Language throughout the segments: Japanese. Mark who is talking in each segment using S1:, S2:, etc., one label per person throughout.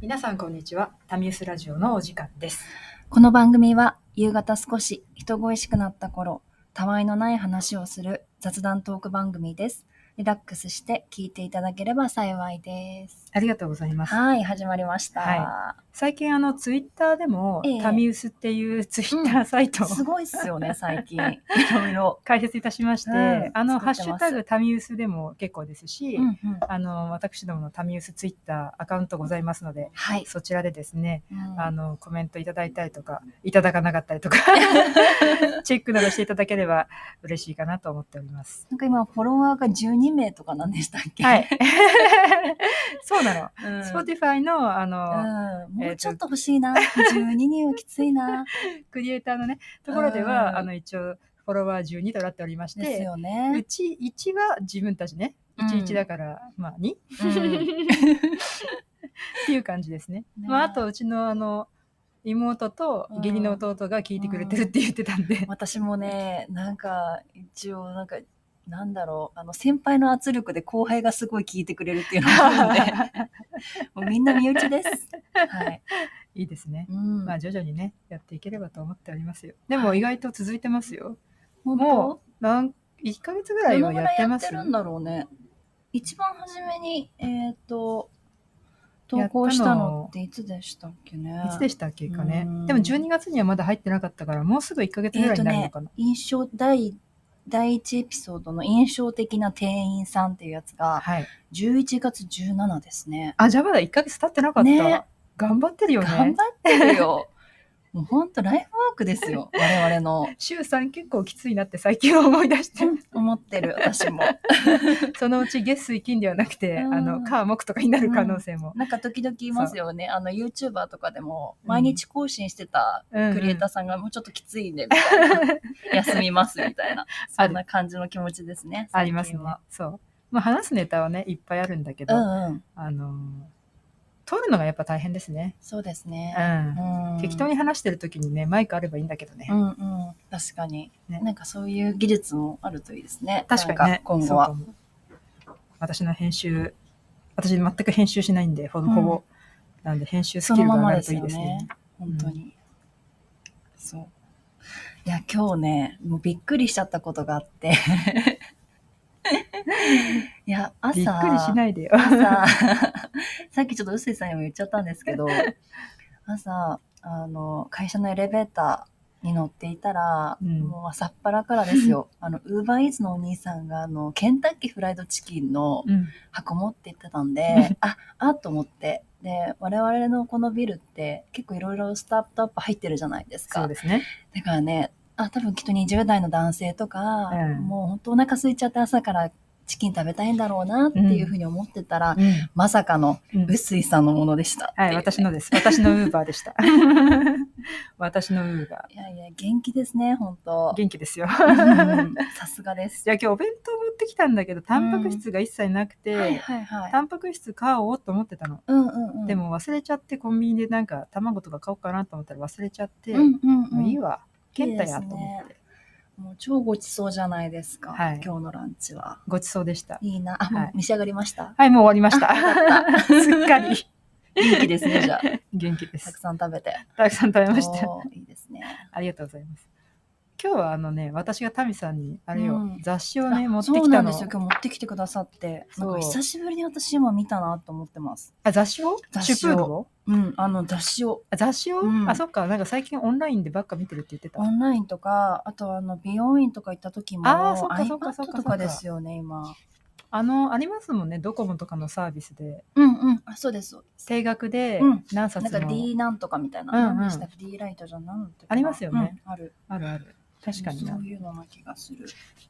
S1: 皆さんこんにちはタミウスラジオのお時間です
S2: この番組は夕方少し人恋しくなった頃、たわいのない話をする雑談トーク番組です。リラックスして聞いていただければ幸いです。
S1: ありがとうございます
S2: はい、始まりました。
S1: は最近あのツイッターでも、
S2: ええ
S1: タミウスっていうツイッターサイトを、
S2: すごいっすよね、 最近。いろいろ。
S1: 開設いたしまして、
S2: うん
S1: あの
S2: 作
S1: ハッ
S2: ってます
S1: シュタグタミウスでも結構ですし、
S2: うんうん
S1: あの私どものタミウスツイッターアカウントございますので
S2: はい。
S1: そちらでですね、
S2: うん
S1: あのコメントいただいたりとかいただかなかったりと かチェックなどしていただければ嬉しいかなと思っており ます。
S2: なんか今、フォロワーが12名とかなんでしたっけ
S1: はい。、 そうなの。
S2: うん
S1: Spotify のあの、
S2: うんもうちょっと欲しいな。12人はきついな。
S1: クリエイターのねところでは、
S2: うん
S1: あの一応フォロワー12となっておりまして、
S2: ですよ
S1: う
S2: ね。
S1: ち1は自分たちね
S2: う
S1: 11
S2: ん
S1: だから、まあ 2?
S2: う
S1: っ
S2: ん
S1: ていう感じですね。
S2: ね
S1: まああとうちのあの妹と義理の弟が聞いてくれてるって言ってたんで、
S2: 私もねなんか一応なんかなんだろうあの先輩の圧力で後輩がすごい聞いてくれるっていうのがあるんでもうみんな身内です。はい。
S1: いいですね。
S2: うん
S1: まあ徐々にねやっていければと思っておりますよ。でも意外と続いてますよ。
S2: 本当
S1: もう何1ヶ月ぐらい
S2: ど
S1: は
S2: のぐ
S1: や
S2: ら
S1: っ
S2: い
S1: て
S2: や
S1: ま
S2: っ
S1: す
S2: てるんだろうね。一番初めにえっ、と投稿したのっていつでしたっけね。
S1: いつでしたっけかね
S2: うん。
S1: でも12月にはまだ入ってなかったからもうすぐ1ヶ月ぐらいになるのかな。
S2: 印象第第一エピソードの印象的な店員さんっていうやつが
S1: はい。
S2: 11月17ですね。
S1: あじゃあまだ1ヶ月経ってなかった。
S2: ね
S1: 頑張ってるよ
S2: 頑
S1: ね。
S2: 張ってるよ。 もう本当ライフワークですよ。我々の。
S1: 週3結構きついなって最近思い出して。
S2: 思ってる私も。
S1: そのうち月水金ではなくて、
S2: うん
S1: あの火木とかになる可能性も。
S2: なんか時々いますよね。あの YouTuber とかでも
S1: うん
S2: 毎日更新してた
S1: うんうん
S2: クリエイターさんがもうちょっときついんでみたい な。休みますみたいな。そんな感じの気持ちですね。
S1: ありますね
S2: 最近は。。
S1: そう。まあ話すネタはねいっぱいあるんだけ
S2: う
S1: ど、
S2: んうん。
S1: あの撮るのがやっぱ大変ですね。
S2: そうです
S1: う
S2: ね。
S1: ん。
S2: うん
S1: 適当に話してる時にねマイクあればいいんだけどね。
S2: うんうん。確かに。
S1: ね
S2: なんかそういう技術もあるといいですね。
S1: 確かに
S2: なん
S1: ね。
S2: 今後
S1: そう
S2: は。
S1: かも私の編集、私全く編集しないんでほぼ、
S2: うん
S1: ほぼなんで編集ス
S2: そ
S1: キ
S2: の
S1: ルが
S2: ま
S1: 上が
S2: ま
S1: ると
S2: です
S1: いい
S2: よ
S1: ですね。
S2: ね。本当に。そう。いや、今日ね、もうびっくりしちゃったことがあって。 いや、朝、
S1: びっくりしないで よ。
S2: 朝、さっきちょっと臼井さんにも言っちゃったんですけど、朝、あの、会社のエレベーターに乗っていたら、
S1: うん
S2: もう朝っぱらからで すよ。あの、ウーバーイーツのお兄さんが、あの、ケンタッキーフライドチキンの、
S1: うん
S2: 箱持って行ってたんでああと思ってで我々のこのビルって結構いろいろスタートアップ入ってるじゃないで す
S1: そう
S2: か
S1: ですね。
S2: だからねあ多分きっと20代の男性とか、
S1: うん
S2: もうほんとお腹空いちゃって朝からチキン食べたいんだろうなっていうふうに思ってたら、まさかの
S1: うん
S2: 臼井さんのものでしたって
S1: はい、
S2: うね
S1: 私のです。私のウーバーで した。私のウーバ
S2: いやいや元気ですね本当
S1: ー。元気ですよ。
S2: うんさすがです
S1: じゃあ今日お弁当持ってきたんだけど、タンパク質が一切なくて、
S2: はいはいはい
S1: タンパク質買おうと思ってたの。
S2: うんうんうん
S1: でも忘れちゃってコンビニでなんか卵とか買おうかなと思ったら忘れちゃって、
S2: うんうんうん
S1: もういいわ。ケンタや
S2: いいですね
S1: と思って。
S2: もう超ごちそうじゃないですか、
S1: はい
S2: 今日のランチは
S1: ごちそうでした。
S2: いいな。あ、
S1: はい
S2: もう召し上がりました。
S1: はい、もう終わりま した。
S2: あ
S1: すっか り
S2: 元気ですね、じゃあ。
S1: 元気で
S2: たく
S1: す。
S2: さん食べて。
S1: たくさん食べました。
S2: おーいいですね。
S1: ありがとうございます。今日はあのね、私がタミさんにあれを、
S2: うん
S1: 雑誌をね、持って
S2: そう
S1: き
S2: な
S1: た
S2: ん
S1: の
S2: です。よ。今日持ってきてくださって。
S1: そ
S2: な
S1: うん
S2: か久しぶりに私今見たなと思ってます。
S1: あ、雑誌を
S2: 雑誌
S1: シ
S2: を
S1: ュプールを
S2: うん、あの雑誌を。
S1: あ雑誌を、
S2: うん
S1: あそっかなんか最近オンラインでばっか見てるって言ってた
S2: オンラインとか、あとあの美容院とか行った時も、
S1: あーそっかそっか
S2: iPad
S1: そっかそっか
S2: とかですよね、今。
S1: あのありますもんねドコモとかのサービスで
S2: うんうん、あそうです。
S1: 定額で
S2: うん
S1: 何
S2: なん
S1: 冊
S2: か
S1: も、
S2: D なんとかみたいな。
S1: うんうん
S2: 何でしたっけ D ライトじゃんなんだったかな
S1: ありますよね。
S2: うんある。
S1: あるある確かに
S2: そ
S1: な
S2: ういうのな気がする。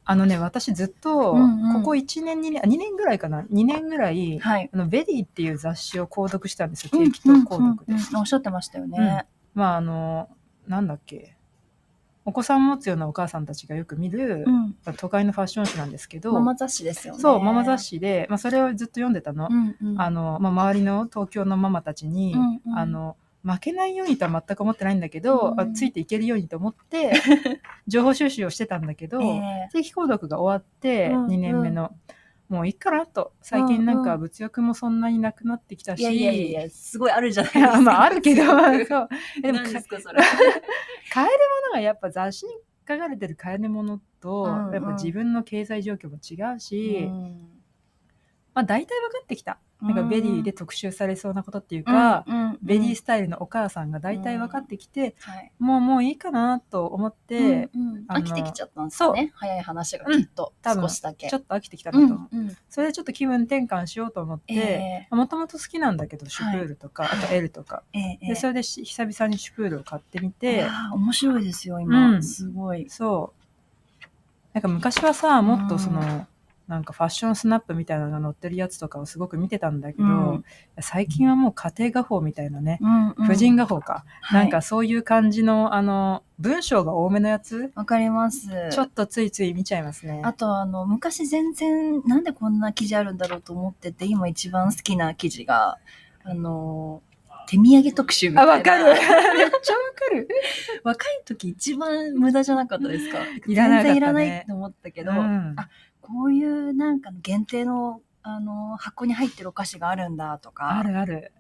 S1: あのね私ずっと、
S2: うんうん
S1: ここ1年2年あ2年ぐらいかな2年ぐらい
S2: はい。
S1: あのベリーっていう雑誌を購読したんですよ定期と購読で、
S2: うんうんうんうんおっしゃってましたよね。
S1: まああのなんだっけお子さん持つようなお母さんたちがよく見る、
S2: うん
S1: 都会のファッション誌なんですけど
S2: ママ雑誌ですよね。
S1: そうママ雑。誌で、まあ、それをずっと読んでたの、
S2: うんうん、
S1: あのまあ、周りの東京のママたちに、
S2: うんうん
S1: あの負けないようにとは全く思ってないんだけど、
S2: うん
S1: あついていけるようにと思って 情報収集をしてたんだけど、
S2: ええ
S1: 定期購読が終わって
S2: うんうん
S1: 2年目の、ももういいかなと最近なん
S2: うん
S1: か
S2: うん
S1: 物欲もそんなになくなってきたし
S2: いやいやいや、すごいあるじゃない
S1: い
S2: です
S1: や
S2: か。
S1: まあある けどそう
S2: 何
S1: でもか
S2: ですか、それ。
S1: 買えるものがやっぱ雑誌に書かれてる買えるものと、
S2: うんうん
S1: やっぱ自分の経済状況も違うし、
S2: うん
S1: まあ大体分かってきたなんかベリーで特集されそうなことっていうか、、
S2: うんうん
S1: ベリースタイルのお母さんが大体分かってきて、
S2: はい
S1: もうもういいかなと思って、
S2: うんうん
S1: あの
S2: 飽きてきちゃったんですかね。早い話がきっと、
S1: うん多分
S2: 少しだけ。
S1: ちょっと飽きてきたな
S2: う
S1: と
S2: ん
S1: 思う、
S2: うん
S1: それでちょっと気分転換しようと思っ
S2: え
S1: て、もともと好きなんだけどシュプールとか、
S2: はい
S1: あとエルとか、
S2: えええ
S1: でそれでし久々にシュプールを買ってみ
S2: い
S1: て
S2: やー面白いですよ、今。
S1: うん
S2: すごい。
S1: そうなんか昔はさもっとその、
S2: うん
S1: なんかファッションスナップみたいなのが載ってるやつとかをすごく見てたんだけど、
S2: うん
S1: 最近はもう家庭画法みたいなね、
S2: うんうん
S1: 婦人画法か、
S2: はい
S1: なんかそういう感じのあの文章が多めのやつ、
S2: わかります。
S1: ちょっとついつい見ちゃいますね。
S2: あとあの昔全然なんでこんな記事あるんだろうと思ってて今一番好きな記事があの手土産特集みた
S1: あ
S2: いな
S1: わか るめっちゃわかる
S2: 若い時一番無駄じゃなかったですか
S1: いらなかったね
S2: 全然いらないと思ったけど、
S1: うん
S2: あこういうなんかの限定のあの箱に入ってるお菓子があるんだと
S1: あ
S2: か
S1: るある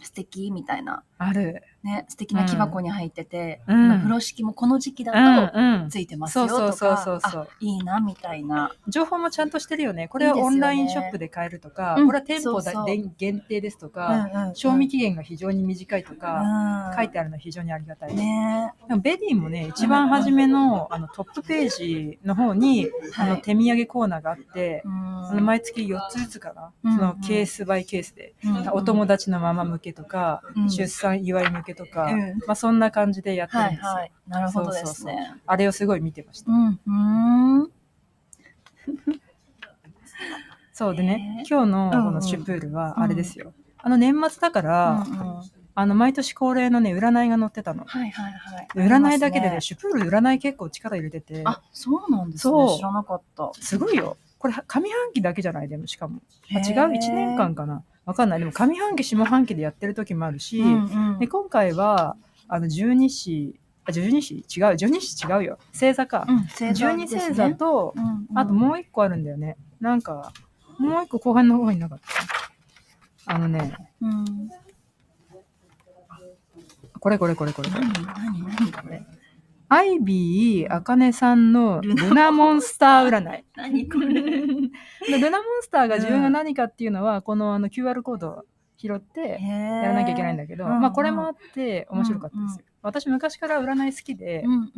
S2: 素敵みたいな
S1: ある。
S2: ね素敵な木箱に入ってて、
S1: うん
S2: まあ風呂敷もこの時期
S1: うん
S2: だと
S1: うん、
S2: ついてます
S1: そ
S2: よ
S1: う
S2: と
S1: そう
S2: か、
S1: そうそう
S2: あ
S1: そう
S2: いいなみたいな
S1: 情報もちゃんとしてるよねこれはい
S2: いで
S1: オ
S2: すよね
S1: ンラインショップで買えるとか
S2: うん
S1: これは店舗だ
S2: そうそう
S1: で限定ですとか、
S2: うんうん
S1: 賞味期限が非常に短いとか、書い
S2: あ
S1: てあるの非常にありがたい、
S2: ね
S1: でもベリーもね一番初めのあのトップページの方にあの
S2: はい
S1: 手土産コーナーがあって、
S2: うん
S1: あの毎月4つずつかな、
S2: うん
S1: そのケースバイケースで、
S2: うん
S1: お友達のママ向けとか、
S2: うん
S1: 出産祝い向けとか、
S2: うん
S1: まあ、そんな感じでやってるん
S2: は
S1: で
S2: い
S1: すよ、
S2: はい。なるほどです
S1: そうそう
S2: ね。
S1: あれをすごい見てました、
S2: うん。うん。
S1: そうでね
S2: へー
S1: 今日の
S2: うんうん
S1: このシュプールはあれですよ、あの年末だから、
S2: うんうん
S1: あの毎年恒例のね占いが載ってたの
S2: はいはいはい。
S1: 占いだけでね
S2: あります
S1: シュプール占い結構力入れてて
S2: あ、そうなんです
S1: そ
S2: ね。
S1: う
S2: 知らなかった。
S1: すごいよこれ上半期だけじゃないでもしかもあ
S2: へ
S1: 違う
S2: ー
S1: 1年間。かなわかんないでも上半期下半期でやってる時もあるし、
S2: うんうん
S1: で今回はあの十二支あ十二支違う十二支違うよ星座か、
S2: うん、星
S1: 十
S2: 座
S1: 二
S2: です
S1: 星
S2: ね
S1: 座、と、
S2: うんうん
S1: あともう一個あるんだよねなんかもう一個後半の方になかったあのね
S2: うん。
S1: これこれこれこれこれ
S2: 何何何これ。
S1: アイビーあかねさんのルナモンスター占い
S2: 何こ
S1: で
S2: れ。
S1: ルナモンスターが自分が何かっていうのは、このあの QR コードを拾って
S2: や
S1: やらなきゃいけないんだけど、
S2: うんうん
S1: まあこれもあって面白かったですよ、
S2: うんうん
S1: 私昔から占い好きで、
S2: うんうん。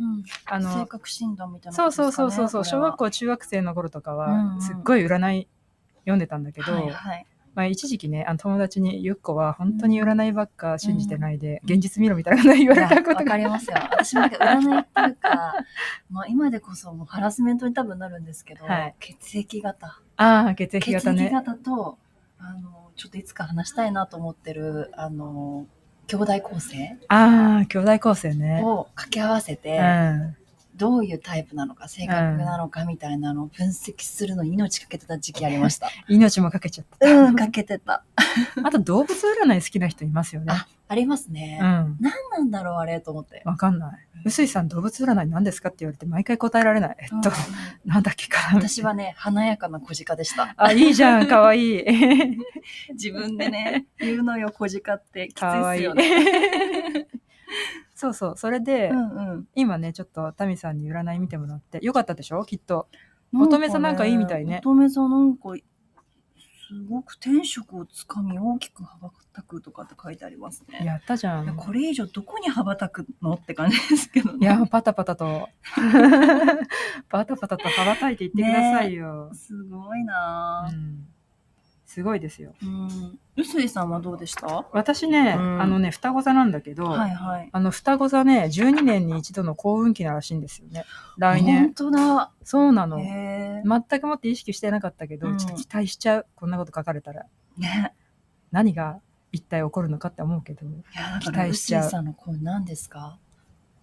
S1: あの
S2: 性格診断みたいなこ
S1: そ
S2: と
S1: う
S2: ですか
S1: そ
S2: ね、
S1: うそうそうそう小
S2: これは
S1: 学校中学生の頃とか
S2: うんう
S1: は
S2: ん
S1: すっごい占い読んでたんだけど、
S2: はいはい。
S1: まあ、一時期ねあの友達にゆっこは本当に占いばっか信じてないで、現実見ろみたいなこと言われたこと
S2: いやわ
S1: が
S2: かりますよ。私もなんか占いっていうか、 まあ今でこそもうハラスメントに多分なるんですけど、
S1: はい
S2: 血液型。
S1: ああ血液
S2: 血液
S1: 型
S2: 型,、
S1: ね
S2: と、あの、ちょっといつか話したいなと思ってる、あの、兄弟構成
S1: ああ兄弟構成ね
S2: を掛け合わせて、
S1: うん
S2: どういうタイプなのか、性格なのかみたいなのを分析するのに命かけてた時期あり ました。
S1: 命もかけちゃった、
S2: うん、かけてた。
S1: あと動物占い好きな人いますよね
S2: ああります
S1: う
S2: ね。
S1: ん
S2: 何なんだろう、あれと思って。
S1: わかんない臼井さん動物占い何ですかって言われて毎回答えられないえっと、
S2: う
S1: なんだっけか
S2: ん
S1: な
S2: 私はね、華やかな小鹿でした。
S1: あいいじ ゃんかわいい
S2: 自分で ね、言うのよ、小鹿って。きつい
S1: かわ
S2: っす
S1: いい
S2: よね。
S1: そうそうそれで、
S2: うんうん。
S1: 今ねちょっとタミさんに占い見てもらってよかったでしょきっと乙女座なんかいいみたいね
S2: 乙女座なんか、すごく天職をつかみ大きく羽ばたくとかって書いてありますね。
S1: やったじゃ
S2: いや
S1: ん
S2: これ以上どこに羽ばたくのって感じですけど
S1: い
S2: ね。
S1: やパタパタと パタパタと羽ばたいていってくださいよ、
S2: すごいな
S1: う
S2: ぁ。
S1: ん、すごいですよ
S2: うん。うすいさんはどうでしたは
S1: 私ね、
S2: うん
S1: あのね双子座なんだけど、
S2: いはい。
S1: あの双子座ね12年に一度の幸運期ならしいんですよね来年
S2: 本当だ。
S1: そうなの
S2: へえ。
S1: 全くもって意識してなかったけど、
S2: うん
S1: ちょっと期待しちゃうこんなこと書かれたら
S2: ね。
S1: 何が一体起こるのかって思うけど
S2: いや、だ
S1: 期
S2: からう
S1: 待し
S2: す
S1: ちゃ
S2: いうさんの声何ですか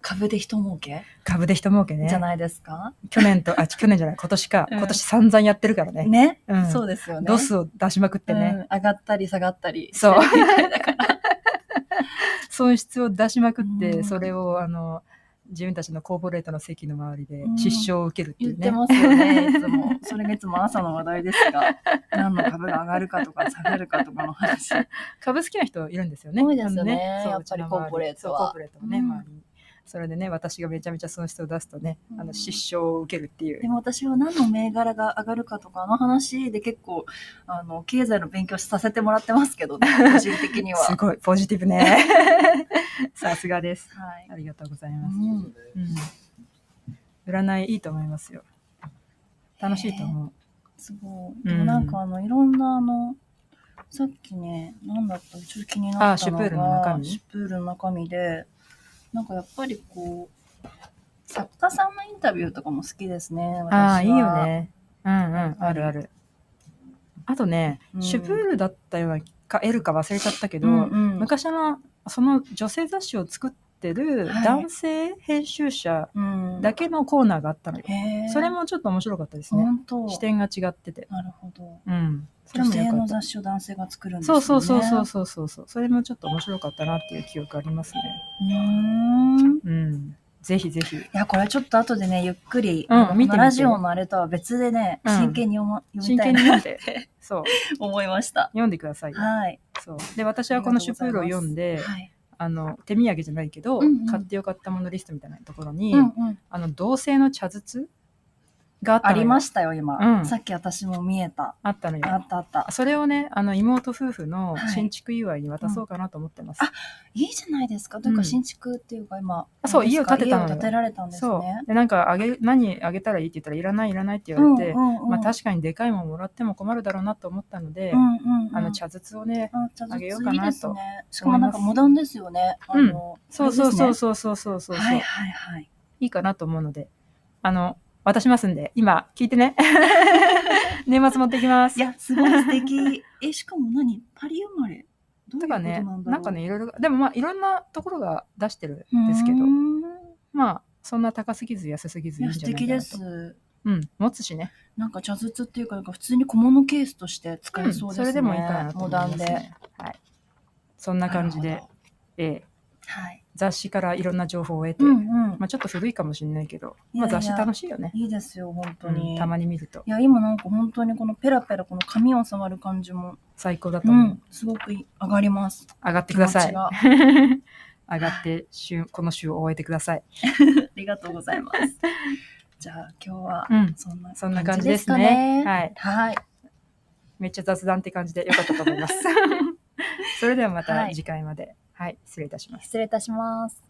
S2: 株で人儲け
S1: 株で人儲けね
S2: じゃないですか
S1: 去年とあ去年じゃない今年か、
S2: うん
S1: 今年散々やってるからね
S2: ね。
S1: うん
S2: そうですよね。
S1: ロスを出しまくってね、
S2: うん上がったり下がったり
S1: そう
S2: してるみたいだから
S1: 損失を出しまくって、
S2: うん
S1: それをあの自分たちのコーポレートの席の周りで
S2: うん
S1: 失笑を受けるってい
S2: 言っ
S1: うね。
S2: てますよね、いつも。それがいつも朝の話題ですが、何の株が上がるかとか下がるかとかの話。
S1: 株好きな人いるんですよね。
S2: 多いですよね
S1: あのそう
S2: やっぱり
S1: うちの周
S2: コーポレートは
S1: そうコーポレートのね、
S2: うん
S1: 周りに。それでね、私がめちゃめちゃ損失を出すとね、あ
S2: うん
S1: の失笑を受けるっていう
S2: で。も私は何の銘柄が上がるかとか、あの話で結構、あの、経済の勉強させてもらってますけど ね、個人的には。
S1: す
S2: は
S1: ごい、ポジティブね。 さすがです。
S2: い。
S1: ありがとうございうます。
S2: ん、
S1: うん、占いいいと思いますよ。楽しいと思う。
S2: すご
S1: ん
S2: い。でもなんかあの、いろんなあの、さっきね、なんだったちょっと気になったのが、
S1: あシュプールの中身
S2: シュプールの中身で、なんかやっぱりこう、作家さんのインタビューとかも好きですね。私は
S1: ああ、いいよ。ね。うんうん、あるある。あとね、
S2: うん
S1: シュプールだったようなか、L か忘れちゃったけど、
S2: うんうん、
S1: 昔のその女性雑誌を作ってる
S2: はい
S1: 男性編集者
S2: うん、
S1: だけのコーナーがあったのよ、
S2: へー
S1: それもちょっと面白かったですね、
S2: 本当
S1: 視点が違ってて
S2: なるほど。
S1: うんそれ
S2: 女
S1: も
S2: 性
S1: よか
S2: の
S1: った
S2: 雑誌を男性が作るんです
S1: そ
S2: よ
S1: う
S2: ね。
S1: そうそうそうそうそうそうそれもちょっと面白かったなっていう記憶ありますね
S2: うーん。
S1: うんぜひぜひ
S2: いや、これちょっと後でね、ゆっくり、
S1: うん
S2: あの
S1: 見てみて
S2: ラジオのあれとは別でね、
S1: うん
S2: 真剣に読,、読
S1: 真
S2: みたい
S1: 剣に読
S2: な
S1: んで そう
S2: と思いました。
S1: 読んでくださいよ
S2: はい。
S1: そうで私はこの「シュプール」を読んで
S2: はい。
S1: あの手土産じゃないけど、
S2: うんうん
S1: 買ってよかったものリストみたいなところに、
S2: うんうん、
S1: あの同性の茶筒があった
S2: あ
S1: の
S2: り
S1: よ
S2: ましたよ、今、
S1: うん
S2: さっき私も見えた。
S1: あったのよ
S2: あったあった。
S1: それをね、あの妹夫婦の
S2: はい
S1: 新築祝いに渡そうかなと思ってます。
S2: あいいじゃないですか。という
S1: う
S2: か、
S1: ん
S2: 新築っていうか、今、
S1: あそう
S2: あれです
S1: 家
S2: か
S1: を建てたのよ
S2: 家を建てられたんです
S1: そう
S2: ね。
S1: でなんかあげ何あげたらいいって言ったらいらないいらないって言
S2: ん
S1: わ
S2: ん
S1: れて、
S2: んうん
S1: まあ、確かにでかいもんもらっても困るだろうなと思ったので、
S2: うんうんうん
S1: あの茶筒をね、
S2: あ茶筒
S1: あげようかなと
S2: いいですね。しかもなんかモダンですよね。あ
S1: うん
S2: の
S1: そうそう
S2: あ
S1: そ
S2: れ
S1: う
S2: です
S1: そうそうそうそう、
S2: ねはいはいはい。
S1: いいかなと思うので、あの渡しますんで今聞いて ね。年末持ってきます。
S2: いや、すごい素敵。え、しかも何パリ生まれどうい
S1: とか
S2: うことなんだ
S1: ね、
S2: ろう
S1: なんかね、いろいろ、でもまあ、いろんなところが出してるんですけど
S2: うー、ん
S1: まあ、そんな高すぎず安すぎず
S2: い
S1: いいん
S2: や、
S1: じ
S2: 素
S1: ゃないか
S2: 敵
S1: な
S2: で
S1: と。
S2: す。
S1: うん、持つしね。
S2: なんか茶筒っていうか、なんか普通に小物ケースとして使えそうです
S1: そ
S2: ね。
S1: れでもいいかなと思
S2: モ
S1: い
S2: ダ
S1: ま
S2: ン
S1: す、
S2: で。
S1: ね。はい。そんな感じ
S2: な
S1: で
S2: るほ、ど
S1: ええ
S2: はい。
S1: 雑誌からいろんな情報を得て、
S2: うんうん
S1: ま。あちょっと古いかもしれないけど、
S2: いや
S1: まあ
S2: いや
S1: 雑誌楽しいよね。
S2: いいですよ、本当に。
S1: うんたまに見ると
S2: いや、今なんか本当にこのペラペラこの紙を触る感じも、
S1: 最高だと
S2: う
S1: 思う。
S2: ん、すごくいい上がります。
S1: 上がってくださ
S2: 気
S1: い。
S2: 持
S1: 上がって週この週を終えてください。
S2: ちがありがとうございます。じゃあ今日は
S1: うん。
S2: そんな
S1: そんな感じ
S2: 感
S1: で
S2: ですすか
S1: ね。
S2: ね。
S1: はい。
S2: はい。
S1: めっちゃ雑談って感じでよかった と思います。それではま
S2: は
S1: た
S2: い
S1: 次回まで。はい、失礼いたします。
S2: 失礼いたします。